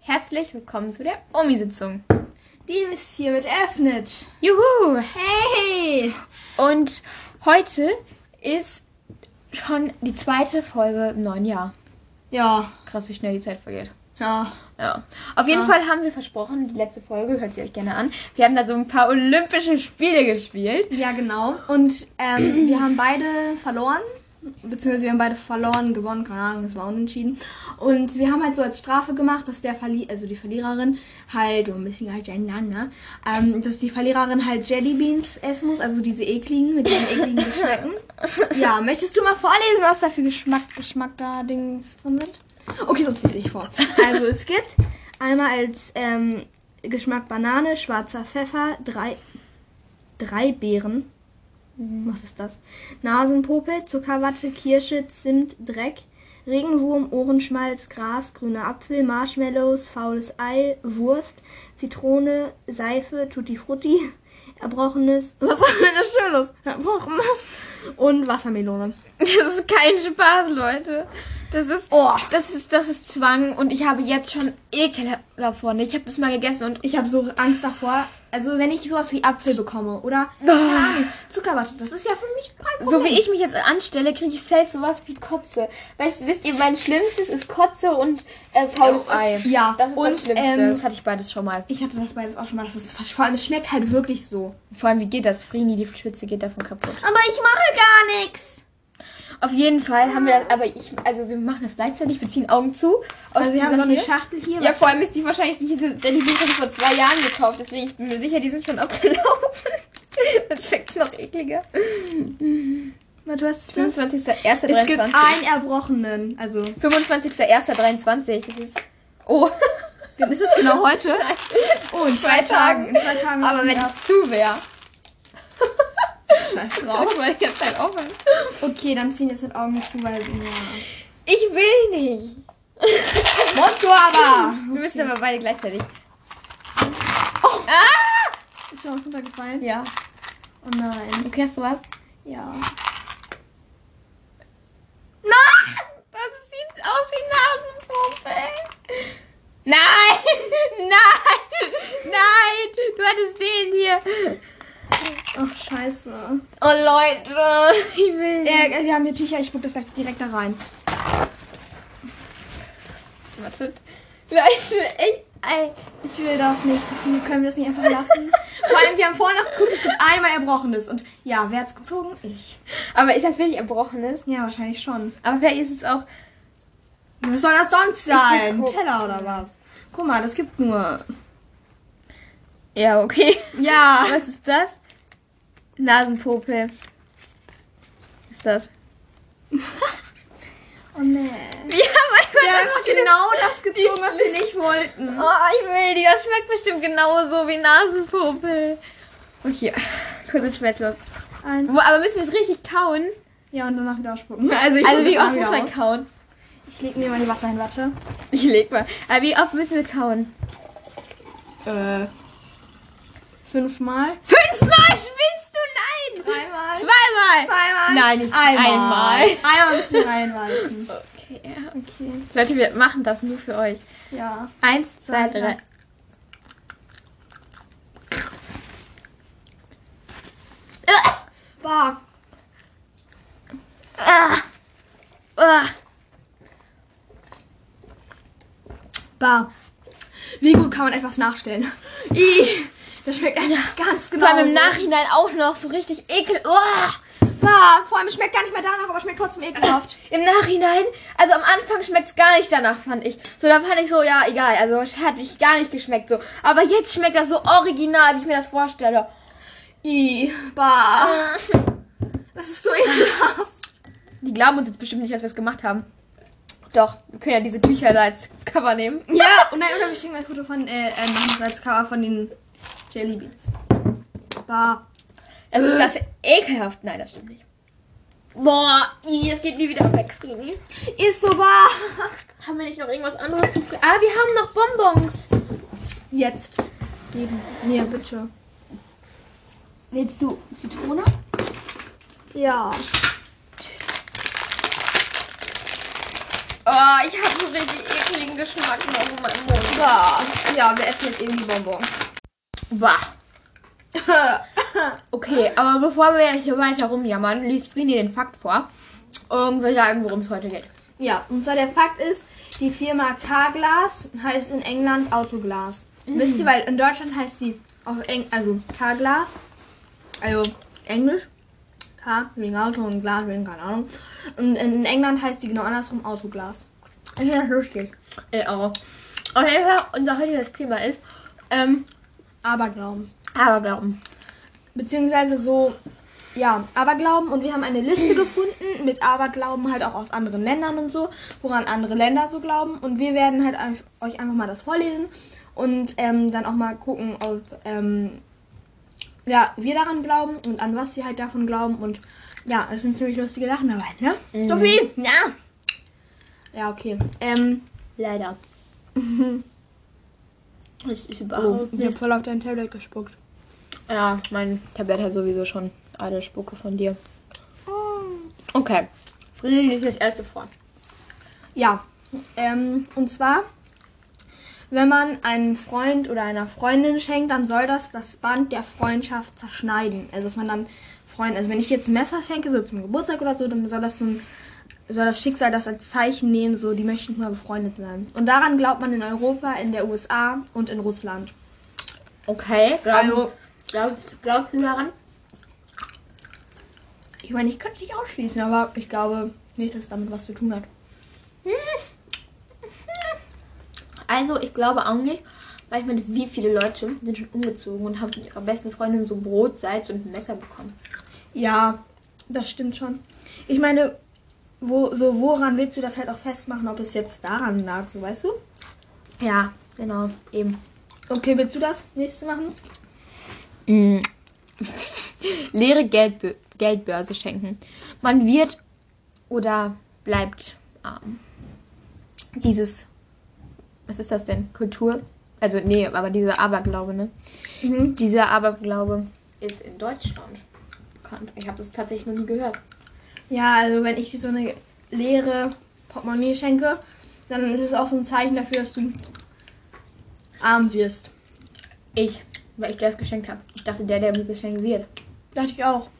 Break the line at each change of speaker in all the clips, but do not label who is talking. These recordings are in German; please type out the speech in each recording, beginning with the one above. Herzlich willkommen zu der Omi-Sitzung.
Die ist hiermit eröffnet.
Juhu!
Hey!
Und heute ist schon die zweite Folge im neuen Jahr.
Ja,
Krass, wie schnell die Zeit vergeht.
ja.
Ja. Auf jeden Fall haben wir versprochen, die letzte Folge hört sie euch gerne an. Wir haben da so ein paar Olympische Spiele gespielt.
Ja, genau. Und ähm, wir haben beide verloren. Beziehungsweise wir haben beide verloren, gewonnen, keine Ahnung, das war unentschieden. Und wir haben halt so als Strafe gemacht, dass der Verli also die Verliererin halt, und ein bisschen halt gendern, ne? Ähm, dass die Verliererin halt Jellybeans essen muss, also diese ekligen, mit diesen ekligen Geschmacken. Ja, möchtest du mal vorlesen, was da für Geschmack, Geschmack da Dings drin sind? Okay, sonst lese ich vor. Also es gibt einmal als ähm, Geschmack Banane, schwarzer Pfeffer, drei, drei Beeren.
Mhm.
Was ist das? Nasenpopel, Zuckerwatte, Kirsche, Zimt, Dreck, Regenwurm, Ohrenschmalz, Gras, grüner Apfel, Marshmallows, faules Ei, Wurst, Zitrone, Seife, Tutti Frutti, erbrochenes, was war denn das schön los? Erbrochenes und Wassermelone.
Das ist kein Spaß, Leute. Das ist, das ist, das ist Zwang und ich habe jetzt schon Ekel davon. Ich habe das mal gegessen und
Ich habe so Angst davor. Also wenn ich sowas wie Apfel bekomme oder keine Ahnung, Zuckerwatte, das ist ja für mich kein Problem.
Oh. So wie ich mich jetzt anstelle, kriege ich selbst sowas wie Kotze. Weißt du, wisst ihr, mein Schlimmstes ist Kotze und äh, faules Ei.
Ja,
das ist
und,
das Schlimmste.
ähm,
das hatte ich beides schon mal.
Ich hatte das beides auch schon mal. Das ist vor allem, es schmeckt halt wirklich so.
Vor allem, wie geht das? Frini, die Spitze geht davon kaputt.
Aber ich mache gar nichts.
Auf jeden Fall haben wir das, aber ich, also wir machen das gleichzeitig, wir ziehen Augen zu. Aus
Also wir haben
dieser
so eine
hier.
Schachtel hier.
Ja, vor allem ist die wahrscheinlich diese Jellybeans habe ich vor zwei Jahren gekauft, deswegen ich bin mir sicher, die sind schon abgelaufen. Dann schmeckt es noch ekliger.
Warte, du hast fünf.
25.01.23.
Es gibt einen erbrochenen. Also,
25.01.23, das ist... Oh,
ist es genau heute? Oh, in
Zwei
zwei,
Tagen.
Tagen. In zwei Tagen.
aber wenn
ja,
es zu wäre...
scheiß
Lass
drauf.
mal die ganze Zeit aufhören.
Okay, dann ziehen jetzt mit Augen zu, weil. Ja.
Ich will nicht.
Musst du aber!
Wir müssen aber beide gleichzeitig. Ah!
Ist schon was runtergefallen?
Oh. Ja.
Oh nein.
Okay, hast du was?
Ja.
Das sieht aus wie Nasenpopel. Nein! Nein! Nein! Du hattest den hier.
Ach, scheiße.
Oh Leute, ich will nicht.
Ja, wir haben hier Tücher, ich spuck das gleich direkt da rein.
Wartet. Leute, echt. Ey.
Ich will das nicht, Sophie. Können wir das nicht einfach lassen? Vor allem, wir haben vorhin noch geguckt, es gibt einmal Erbrochenes. Und ja, wer hat's gezogen? Ich.
Aber ist das wirklich Erbrochenes?
Ja, wahrscheinlich schon.
Aber vielleicht ist es auch.
Was soll das sonst
Ich will
sein?
gucken.
Teller oder was? Guck mal, das gibt nur.
Ja, okay.
Ja.
Was ist das? Nasenpopel. Ist das?
Oh nee.
Ja, manchmal
Wir haben genau das
Die
gezogen, was wir nicht wollten.
Oh, ich will die. Das schmeckt bestimmt genauso wie Nasenpopel. Okay, kurz und schmerzlos.
Eins.
Wo, aber müssen wir es richtig kauen?
Ja, und danach wieder ausspucken. Also, ich
also
spuck
wie
das
oft
mal
muss
wieder
man
aus.
kauen?
Ich leg mir mal die Wasser hin, warte.
Ich leg mal. Aber wie oft müssen wir kauen?
Äh. Fünfmal.
Fünfmal schwitzt du? Nein!
Dreimal.
Zweimal!
Zweimal.
Nein, nicht
Einmal.
einmal.
Einmal müssen wir reinwalzen.
Okay, ja.
Okay.
Leute, wir machen das nur für euch.
Ja.
Eins, zwei,
Zwei,
drei.
drei. Bah.
Ah. Ah.
Bah. Wie gut kann man etwas nachstellen? Ih, das schmeckt einfach ganz genau.
Vor allem im
so.
Nachhinein auch noch so richtig ekel. Ah. Uah.
Bah, vor allem es schmeckt gar nicht mehr danach, aber schmeckt trotzdem ekelhaft.
Im Nachhinein, also am Anfang schmeckt es gar nicht danach, fand ich. So, da fand ich so, ja, egal, also hat mich gar nicht geschmeckt so. Aber jetzt schmeckt das so original, wie ich mir das vorstelle.
Ih, bah. Das ist so ekelhaft.
Die glauben uns jetzt bestimmt nicht, dass wir es gemacht haben. Doch, wir können ja diese Tücher da als Cover nehmen.
ja, und nein, oder wir schicken ein Foto von, äh, äh, machen das als Cover von den Jellybeans. Bah.
Das ist das ekelhaft. Nein, das stimmt nicht. Boah, ih, es geht nie wieder weg, Frini.
Ist so wahr.
Haben wir nicht noch irgendwas anderes zu fri- Ah, wir haben noch Bonbons.
Jetzt. Geben. Mir bitte.
Willst du Zitrone?
Ja.
Oh, ich habe so richtig ekligen Geschmack noch in meinem Mund.
Ja. Ja, wir essen jetzt eben die Bonbons.
Bah. Okay, aber bevor wir jetzt hier weiter rumjammern, liest Frini den Fakt vor. Und wir sagen, worum es heute geht.
ja, und zwar der Fakt ist, die Firma Carglass heißt in England Autoglas. Wisst ihr, weil in Deutschland heißt sie auf Eng also Carglass. Also Englisch. Car wegen Auto und Glas wegen keine Ahnung. Und in England heißt sie genau andersrum Autoglas. Ja, richtig.
Äh, auch. Auf jeden Fall, unser heutiges Thema ist, ähm,
Aberglauben.
Aberglauben.
Beziehungsweise so, ja, Aberglauben. Und wir haben eine Liste gefunden mit Aberglauben halt auch aus anderen Ländern und so, woran andere Länder so glauben. Und wir werden halt einf- euch einfach mal das vorlesen und ähm, dann auch mal gucken, ob ähm, ja, wir daran glauben und an was wir halt davon glauben. Und ja, es sind ziemlich lustige Sachen dabei, ne? Sophie?
Ja,
Ja, okay. Ähm,
leider. Das ist
oh,
überhaupt
ich hab voll auf dein Tablet gespuckt.
Ja, mein Tablett hat sowieso schon alle Spucke von dir. Okay. Frieden liegt das erste vor.
Ja, ähm, und zwar, wenn man einem Freund oder einer Freundin schenkt, dann soll das das Band der Freundschaft zerschneiden. Also, dass man dann Freund, also wenn ich jetzt ein Messer schenke, so zum Geburtstag oder so, dann soll das so ein, soll das Schicksal das als Zeichen nehmen, so, die möchten nicht mehr befreundet sein. Und daran glaubt man in Europa, in der USA und in Russland.
Okay. Glauben,
Also-
glaub, glaubst du daran?
Ich meine, ich könnte nicht ausschließen, aber ich glaube nicht, dass es damit was zu tun hat.
Also, ich glaube auch nicht, weil ich meine, wie viele Leute sind schon umgezogen und haben von ihrer besten Freundin so Brot, Salz und ein Messer bekommen.
Ja, das stimmt schon. Ich meine, wo, so woran willst du das halt auch festmachen, ob es jetzt daran lag, so weißt du?
Ja, genau, eben.
Okay, willst du das nächste machen?
Mm. Leere Geldbö Geldbörse schenken. Man wird oder bleibt arm. Dieses, was ist das denn? Kultur? Also, nee, aber dieser Aberglaube, ne? Dieser Aberglaube ist in Deutschland bekannt. Ich habe das tatsächlich noch nie gehört.
Ja, also wenn ich dir so eine leere Portemonnaie schenke, dann ist es auch so ein Zeichen dafür, dass du arm wirst.
Ich, weil ich dir das geschenkt habe. Ich dachte, der, der mir geschenkt wird.
Dachte ich auch.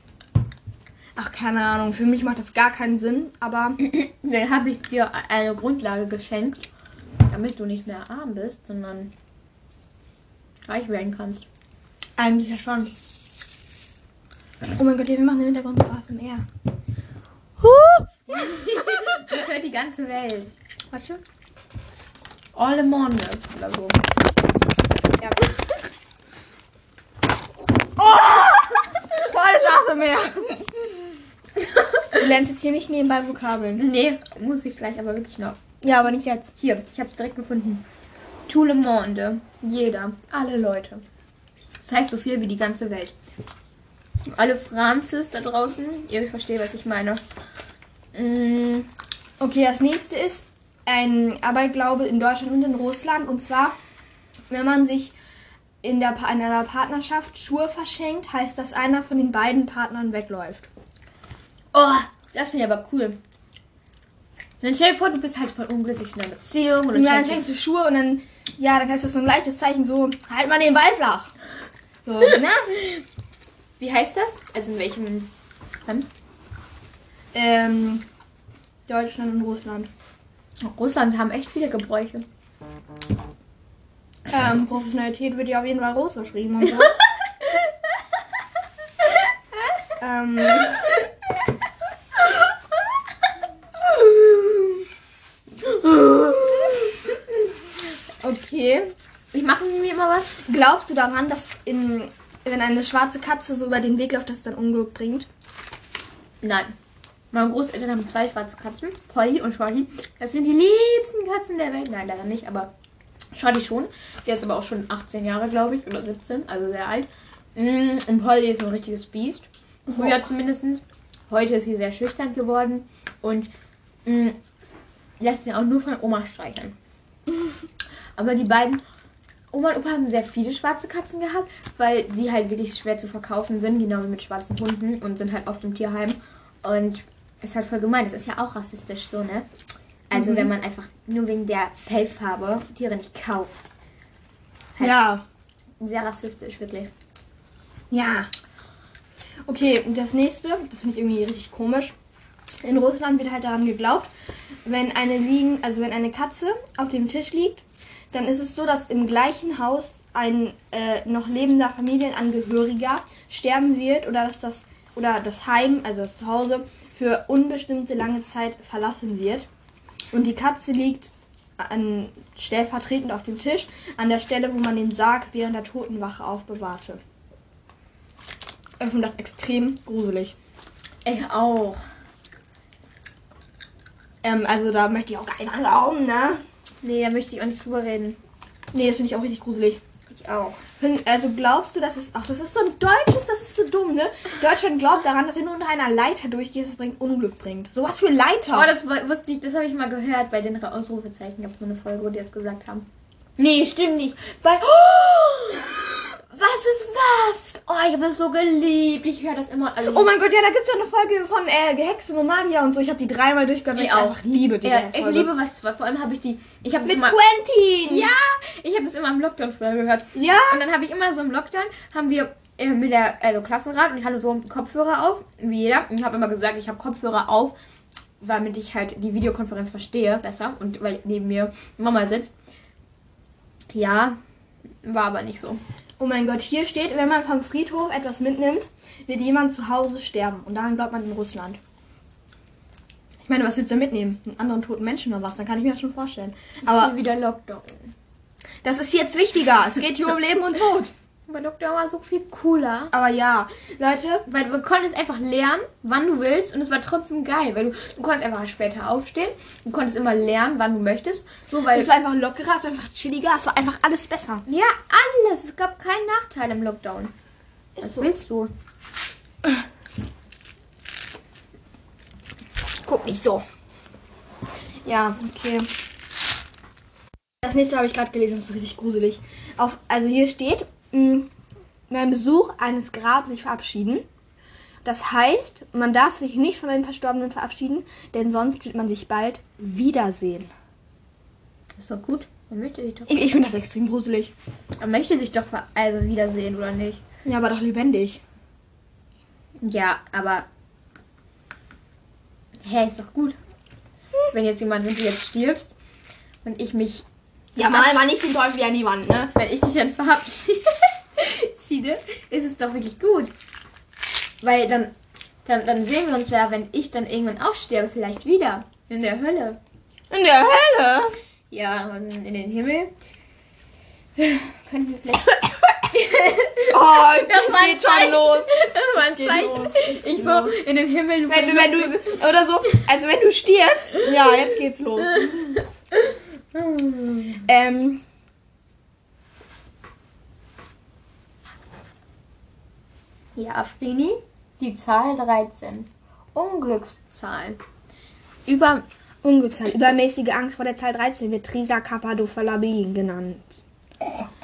Ach, keine Ahnung, für mich macht das gar keinen Sinn, aber
Dann habe ich dir eine Grundlage geschenkt, damit du nicht mehr arm bist, sondern reich werden kannst.
eigentlich ja schon. Oh mein Gott, ja, wir machen im Hintergrund ASMR.
Das hört die ganze Welt.
Warte.
All im Monde oder so.
Ja. Oh! Tolles ASMR! Du lernst jetzt hier nicht nebenbei Vokabeln.
Nee, muss ich gleich, aber wirklich noch.
Ja, aber nicht jetzt.
Hier, ich habe es direkt gefunden. Tout le monde. Jeder. Alle Leute. Das heißt so viel wie die ganze Welt. Alle Franzis da draußen. Ihr versteht, was ich meine. Mm,
Okay, das nächste ist ein Aberglaube in Deutschland und in Russland. Und zwar, wenn man sich in, der, Pa- in einer Partnerschaft Schuhe verschenkt, heißt das, einer von den beiden Partnern wegläuft.
Oh, das finde ich aber cool. Dann stell dir vor, du bist halt voll unglücklich in einer Beziehung. Und
Und dann
dann
schenkst du Schuhe und dann, ja, dann heißt das so ein leichtes Zeichen, so, halt mal den Ball flach. So, ne?
wie heißt das? Also in welchem Land?
ähm, Deutschland und Russland.
Russland haben echt viele Gebräuche.
Ähm, Professionalität wird ja auf jeden Fall groß geschrieben und so. ähm, okay.
Ich mache mir immer was.
Glaubst du daran, dass in, wenn eine schwarze Katze so über den Weg läuft, dass es dann Unglück bringt?
Nein. Meine Großeltern haben zwei schwarze Katzen, Polly und Shorty. Das sind die liebsten Katzen der Welt. Nein, leider nicht, aber Shorty schon. Der ist aber auch schon 18 Jahre, glaube ich, oder 17, also sehr alt. Mm, Und Polly ist so ein richtiges Biest. Früher zumindest. Heute ist sie sehr schüchtern geworden und mh, lässt sich auch nur von Oma streicheln. Aber die beiden, Oma und Opa haben sehr viele schwarze Katzen gehabt, weil die halt wirklich schwer zu verkaufen sind, genau wie mit schwarzen Hunden und sind halt oft im Tierheim. Und ist halt voll gemein, das ist ja auch rassistisch so, ne? Also wenn man einfach nur wegen der Fellfarbe Tiere nicht kauft.
Ja.
Sehr rassistisch, wirklich.
Ja. Okay, und das nächste, das finde ich irgendwie richtig komisch. In Russland wird halt daran geglaubt, wenn eine liegen, also wenn eine Katze auf dem Tisch liegt, dann ist es so, dass im gleichen Haus ein äh, noch lebender Familienangehöriger sterben wird oder dass das oder das Heim, also das Zuhause, für unbestimmte lange Zeit verlassen wird. Und die Katze liegt äh, an, stellvertretend auf dem Tisch, an der Stelle, wo man den Sarg während der Totenwache aufbewahrte. Ich finde das extrem gruselig.
Ich auch.
Ähm, also da möchte ich auch gar nicht dran glauben, ne?
Nee, da möchte ich auch nicht drüber reden.
Nee, das finde ich auch richtig gruselig.
Ich auch.
Find, also glaubst du, dass es. Ach, das ist so ein deutsches, das ist so dumm, ne? Deutschland glaubt daran, dass wenn du unter einer Leiter durchgehst, es bringt Unglück bringt. Sowas für Leiter.
Oh, das wo- wusste ich, das habe ich mal gehört. Bei den Ausrufezeichen gab es mal eine Folge, wo die das gesagt haben. Nee, stimmt nicht. Bei. Oh, was ist was? Oh, ich habe das so geliebt. Ich höre das immer. Also,
Oh mein Gott, ja, da gibt es ja eine Folge von äh, Hexen und Magier und so. Ich habe die dreimal durchgehört, weil
Ich
ich
auch.
auch liebe diese
ja, ich
Folge.
liebe was. Vor allem habe ich die. Ich habe das
Mit
immer.
Quentin!
Ja, ich habe das immer im Lockdown früher gehört.
Ja!
Und dann habe ich immer so im Lockdown, haben wir äh, mit der, also Klassenrat und ich hatte so einen Kopfhörer auf, wie jeder. Und ich habe immer gesagt, ich habe Kopfhörer auf, damit ich halt die Videokonferenz verstehe besser und weil neben mir Mama sitzt. Ja, war aber nicht so.
Oh mein Gott, hier steht, wenn man vom Friedhof etwas mitnimmt, wird jemand zu Hause sterben. Und daran glaubt man in Russland. Ich meine, was willst du denn mitnehmen? Einen anderen toten Menschen oder was? Dann kann ich mir das schon vorstellen. Aber
Hier wieder Lockdown.
das ist jetzt wichtiger. Es geht hier um Leben und Tod.
Aber Lockdown war so viel cooler.
Aber ja, Leute,
Weil du konntest einfach lernen, wann du willst und es war trotzdem geil, weil du, du konntest einfach später aufstehen, du konntest immer lernen, wann du möchtest. So, weil
es war einfach lockerer, es war einfach chilliger, es war einfach alles besser.
Ja, alles. Es gab keinen Nachteil im Lockdown. Was
so.
willst du?
Guck nicht so. Ja, okay. Das nächste habe ich gerade gelesen, das ist richtig gruselig. Auf, also hier steht, mh, beim Besuch eines Grabs sich verabschieden. Das heißt, man darf sich nicht von einem Verstorbenen verabschieden, denn sonst wird man sich bald wiedersehen.
Ist doch gut. Man möchte sich doch,
Ich, ich finde das extrem gruselig.
man möchte sich doch ver- also wiedersehen, oder nicht?
Ja, aber doch lebendig.
Ja, aber. Hä, ist doch gut. Wenn jetzt jemand, wenn du jetzt stirbst und ich mich,
Ja, mal mal nicht den Teufel an die Wand, ne?
wenn ich dich dann verabschiede, ist es doch wirklich gut. Weil dann, dann, dann sehen wir uns ja, wenn ich dann irgendwann aufsterbe, vielleicht wieder. In der Hölle.
In der Hölle.
Ja, und in den Himmel. Könnten wir vielleicht
Oh,
Das
das
war ein
geht
Zeichen.
schon los.
Das war ein
geht
Zeichen.
los,
ich so in den Himmel. du
Wenn du, wenn du, oder so, also wenn du stirbst, ja, jetzt geht's los. ähm.
Ja, Afrini, die Zahl 13. Unglückszahl. Über.
Ungezahl, übermäßige Angst vor der Zahl 13 wird Trisa Kappadophalabin genannt.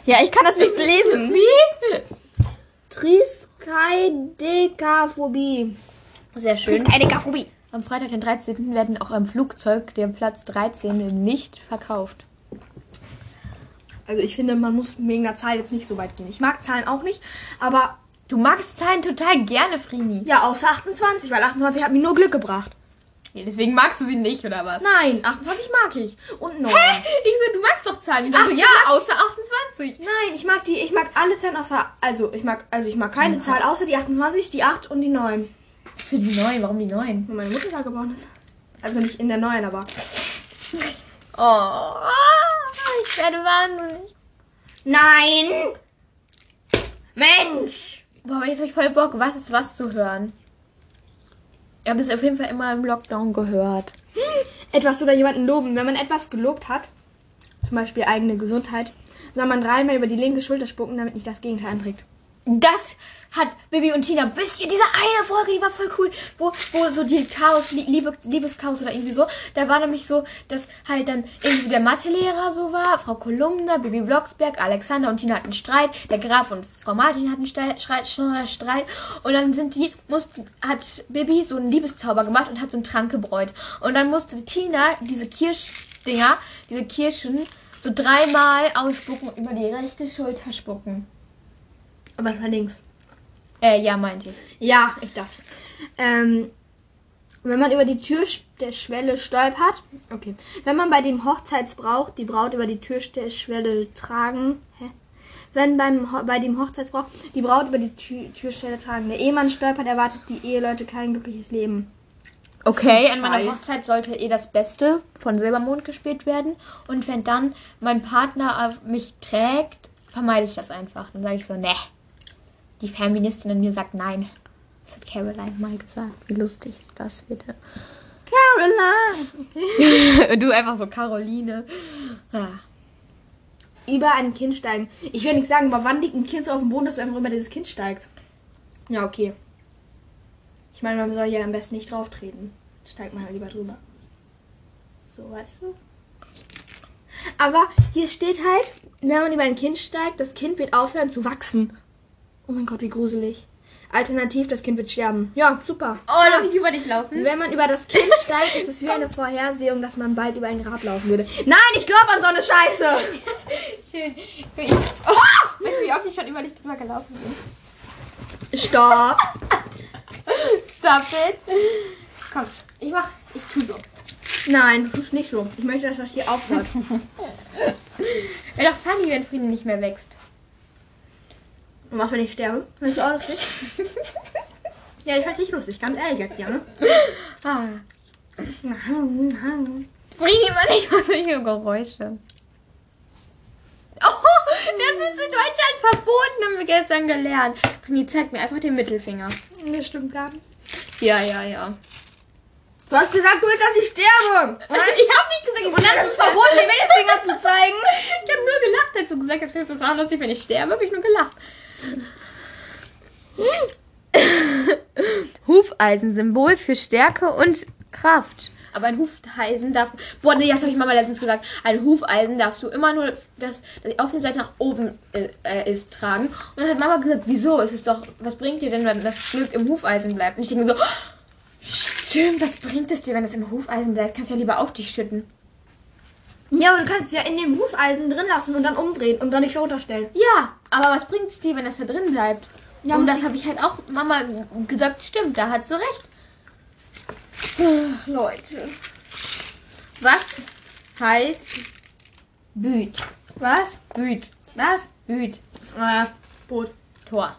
Ja, ich kann das nicht lesen. E
Wie?
Triskaidekaphobie.
Sehr schön.
E Triskaidekaphobie.
Am Freitag, den 13. werden auch im Flugzeug der Platz 13 nicht verkauft.
Also ich finde, man muss wegen der Zahl jetzt nicht so weit gehen. Ich mag Zahlen auch nicht, aber
Du magst Zahlen total gerne, Frini.
ja, außer 28, weil 28 hat mir nur Glück gebracht.
Nee, deswegen magst du sie nicht, oder was?
Nein, 28 mag ich. Und 9.
Hä? Ich so, du magst doch Zahlen. Und dann
Ach,
so, ja, außer 28.
Nein, ich mag die, ich mag alle Zahlen außer, also ich mag, also ich mag keine Zahl außer die 28, die 8 und die 9.
Für die 9, warum die 9?
Wo meine Mutter da geboren ist. Also nicht in der 9, aber.
Oh, ich werde wahnsinnig.
Nein! Mensch!
Boah, aber jetzt habe ich voll Bock, was ist was zu hören. Ich habe es auf jeden Fall immer im Lockdown gehört.
Etwas oder jemanden loben. Wenn man etwas gelobt hat, zum Beispiel eigene Gesundheit, soll man dreimal über die linke Schulter spucken, damit nicht das Gegenteil anträgt.
Das hat Bibi und Tina. Wisst ihr, diese eine Folge, die war voll cool, wo, wo so die Chaos, Lie- Liebe, Liebeschaos oder irgendwie so, da war nämlich so, dass halt dann irgendwie der Mathelehrer so war, Frau Kolumna, Bibi Blocksberg, Alexander und Tina hatten Streit, der Graf und Frau Martin hatten Streit, Streit, Streit und dann sind die, mussten, hat Bibi so einen Liebeszauber gemacht und hat so einen Trank gebräut. Und dann musste Tina diese Kirschdinger, diese Kirschen, so dreimal ausspucken und über die rechte Schulter spucken.
Aber das war links.
Äh, ja, meinte ich.
Ja, ich dachte. Ähm, wenn man über die Tür sch- der Schwelle stolpert, okay. Wenn man bei dem Hochzeitsbrauch die Braut über die Tür der Schwelle tragen, hä? Wenn beim Ho- bei dem Hochzeitsbrauch die Braut über die Tür Türschwelle tragen, der Ehemann stolpert, erwartet die Eheleute kein glückliches Leben.
Okay, an
Scheiß.
meiner Hochzeit sollte eh das Beste von Silbermond gespielt werden. Und wenn dann mein Partner auf mich trägt, vermeide ich das einfach. Dann sage ich so, ne. Die Feministin in mir sagt nein. Das hat Caroline mal gesagt. Wie lustig ist das bitte?
Caroline!
du einfach so Caroline. Ja.
Über ein Kind steigen. Ich will nicht sagen, aber wann liegt ein Kind so auf dem Boden, dass du einfach über dieses Kind steigst? Ja, okay. Ich meine, man soll ja am besten nicht drauf treten. Steigt man halt lieber drüber. So, weißt du? Aber hier steht halt, wenn man über ein Kind steigt, das Kind wird aufhören zu wachsen. Oh mein Gott, wie gruselig. Alternativ, das Kind wird sterben. Ja, super.
Oh, darf ich über dich laufen?
Wenn man über das Kind steigt, ist es wie eine Vorhersehung, dass man bald über ein Grab laufen würde. Nein, ich glaube an so eine Scheiße.
Schön. Ich bin- Oh, weißt du, wie oft ich schon über dich drüber gelaufen bin?
Stopp.
Stop it. Komm, ich mach, ich tu so.
Nein, du tust nicht so. Ich möchte, dass das hier aufhört.
Wäre doch funny, wenn Frieden nicht mehr wächst.
Und was, wenn ich sterbe? Findest du auch lustig? ja, ich fand's nicht lustig. Ganz ehrlich jetzt, ja, ne?
Ah. Bring mal nicht mal solche Geräusche. Oh, das ist in Deutschland verboten, haben wir gestern gelernt. Brini zeigt mir einfach den Mittelfinger.
Das stimmt gar nicht.
Ja, ja, ja.
Du hast gesagt, du willst, dass ich sterbe.
Ich habe nicht gesagt, ich
Und dann ist es verboten, den Mittelfinger zu zeigen.
Ich habe nur gelacht, als du gesagt hast, findest du es auch lustig, wenn ich sterbe, habe ich nur gelacht. Hufeisen, Symbol für Stärke und Kraft. Aber ein Hufeisen darf. Boah, nee, das habe ich Mama letztens gesagt. Ein Hufeisen darfst du immer nur, dass die offene Seite nach oben äh, äh, ist, tragen. Und dann hat Mama gesagt, wieso? Es ist doch, was bringt dir denn, wenn das Glück im Hufeisen bleibt? Und ich denke mir so, stimmt, was bringt es dir, wenn es im Hufeisen bleibt? Kannst ja lieber auf dich schütten.
Ja, aber du kannst es ja in dem Hufeisen drin lassen und dann umdrehen und dann nicht runterstellen.
Ja, aber was bringt's dir, wenn das da drin bleibt?
Ja,
und
muss
das
ich-
habe ich halt auch Mama gesagt, stimmt, da hat sie recht. Ach, Leute. Was heißt Büt?
Was?
Büt.
Was?
Büt.
Äh, Brot.
Tor.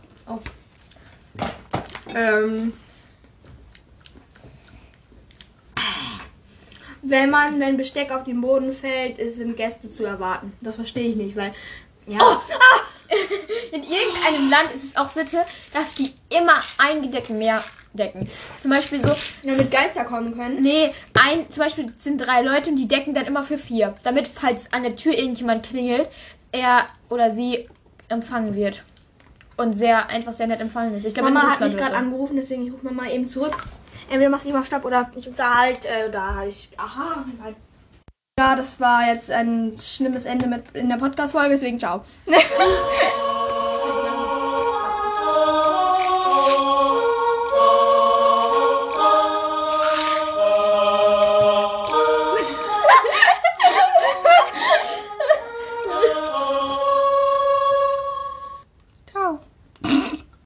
Ähm. Wenn man, wenn Besteck auf den Boden fällt, ist- sind Gäste zu erwarten. Das verstehe ich nicht, weil. Ja.
In irgendeinem Land ist es auch Sitte, dass die immer eingedeckt mehr decken. Zum Beispiel so,
Damit Geister kommen können.
Nee, ein, zum Beispiel sind drei Leute und die decken dann immer für vier. Damit, falls an der Tür irgendjemand klingelt, er oder sie empfangen wird. Und sehr einfach, sehr nett empfangen ist. Ich glaube, in
Mama hat mich
Russland
gerade
oder
angerufen, deswegen ich rufe Mama eben zurück. Entweder machst du immer Stopp oder ich unterhalte. Äh, da habe ich. Aha, nein. Ja, das war jetzt ein schlimmes Ende mit in der Podcast-Folge, deswegen ciao.